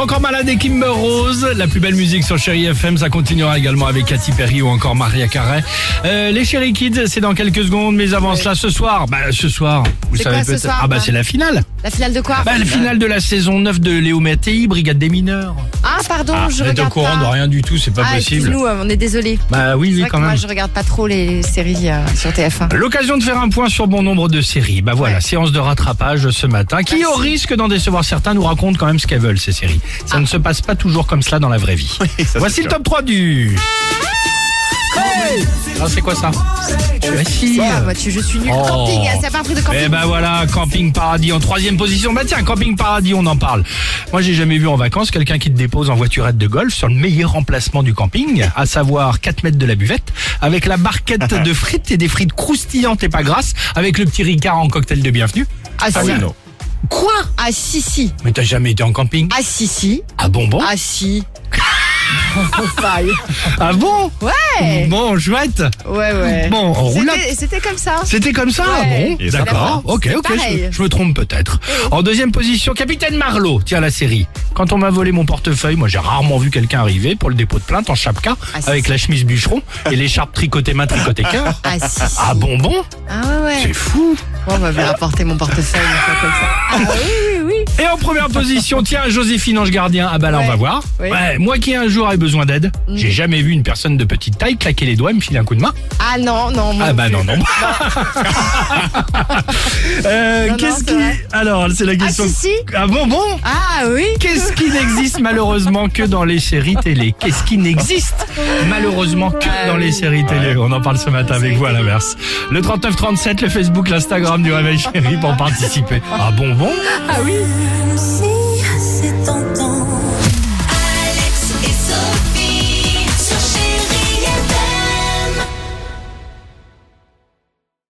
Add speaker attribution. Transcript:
Speaker 1: Encore malade et Kimber Rose, la plus belle musique sur Chéri FM, ça continuera également avec Katy Perry ou encore Maria Carey. Euh, les Chéri Kids, c'est dans quelques secondes, mais avant cela, ce soir, bah, ce soir, vous
Speaker 2: C'est
Speaker 1: savez
Speaker 2: quoi ce
Speaker 1: peut-être,
Speaker 2: soir,
Speaker 1: ah bah
Speaker 2: bah
Speaker 1: c'est la finale,
Speaker 2: La finale de quoi
Speaker 1: bah la finale de la saison 9 de Léo Mattei, Brigade des mineurs.
Speaker 2: Ah, pardon,
Speaker 1: Ah, vous
Speaker 2: je
Speaker 1: êtes au
Speaker 2: regarde
Speaker 1: courant de
Speaker 2: pas.
Speaker 1: rien du tout, c'est pas
Speaker 2: ah,
Speaker 1: possible.
Speaker 2: nous, on est désolé.
Speaker 1: Bah oui, oui, quand
Speaker 2: Moi,
Speaker 1: même.
Speaker 2: je regarde pas trop les séries euh, sur TF1.
Speaker 1: L'occasion de faire un point sur bon nombre de séries. Bah voilà,
Speaker 2: Ouais.
Speaker 1: séance de rattrapage ce matin, qui au risque d'en décevoir certains nous raconte quand même ce qu'elles veulent ces séries. Ça ne se passe pas toujours comme cela dans la vraie vie. Voici le top 3 du... Hey Alors c'est quoi ça Bah si,
Speaker 2: Ah,
Speaker 1: euh,
Speaker 2: bah, tu, je suis nul.
Speaker 1: Oh.
Speaker 2: Camping, ah, ça part de camping.
Speaker 1: Eh ben voilà, Camping Paradis en troisième position. Bah tiens, Camping Paradis, on en parle. Moi, j'ai jamais vu en vacances quelqu'un qui te dépose en voiturette de golf sur le meilleur emplacement du camping, à savoir 4 mètres de la buvette, avec la barquette de frites et des frites croustillantes et pas grasses, avec le petit Ricard en cocktail de bienvenue.
Speaker 2: Ah, si.
Speaker 1: non.
Speaker 2: Quoi Ah, si, si.
Speaker 1: Mais t'as jamais été en camping
Speaker 2: Ah, si, si.
Speaker 1: Ah bon bon
Speaker 2: Ah, si. Pareil.
Speaker 1: Ah bon
Speaker 2: ouais.
Speaker 1: Bon, chouette.
Speaker 2: Ouais, ouais.
Speaker 1: Bon, en roulotte.
Speaker 2: C'était- C'était comme ça.
Speaker 1: C'était comme ça ah
Speaker 2: Ouais.
Speaker 1: bon
Speaker 2: Et
Speaker 1: D'accord,
Speaker 2: d'accord.
Speaker 1: ok,
Speaker 2: C'est
Speaker 1: ok,
Speaker 2: pareil.
Speaker 1: je, je me trompe peut-être. En deuxième position, Capitaine Marlowe, tiens la série. Quand on m'a volé mon portefeuille, moi j'ai rarement vu quelqu'un arriver pour le dépôt de plainte en chapka,
Speaker 2: Ah, si,
Speaker 1: avec
Speaker 2: si.
Speaker 1: la chemise bûcheron et l'écharpe tricotée main tricotée cœur.
Speaker 2: Ah, si, si.
Speaker 1: Ah bon bon
Speaker 2: Ah, ouais, ouais.
Speaker 1: C'est fou
Speaker 2: Bon, on va bien apporter mon portefeuille. une fois comme ça. Ah, oui, oui, oui.
Speaker 1: Et en première position, tiens, Joséphine Ange Gardien. Ah bah là, on
Speaker 2: Ouais.
Speaker 1: va voir.
Speaker 2: Oui. Mm.
Speaker 1: Ouais, moi qui un jour ai besoin d'aide, j'ai jamais vu une personne de petite taille claquer les doigts et me filer un coup de main.
Speaker 2: Ah, non, non. moi
Speaker 1: Ah bah
Speaker 2: plus.
Speaker 1: non, non. Euh,
Speaker 2: Non, non,
Speaker 1: Qu'est-ce
Speaker 2: c'est
Speaker 1: qui...
Speaker 2: vrai.
Speaker 1: Alors, c'est la
Speaker 2: Ah,
Speaker 1: question...
Speaker 2: si, si.
Speaker 1: Ah bon bon
Speaker 2: Ah, oui.
Speaker 1: Qu'est-ce qui n'existe malheureusement que dans les séries télé Qu'est-ce qui n'existe malheureusement que dans les séries télé On en parle ce matin avec vous à l'inverse. Le 3937, le Facebook, l'Instagram du Réveil Chéri pour participer. Ah bon bon
Speaker 2: Ah, oui.
Speaker 3: Si c'est tentant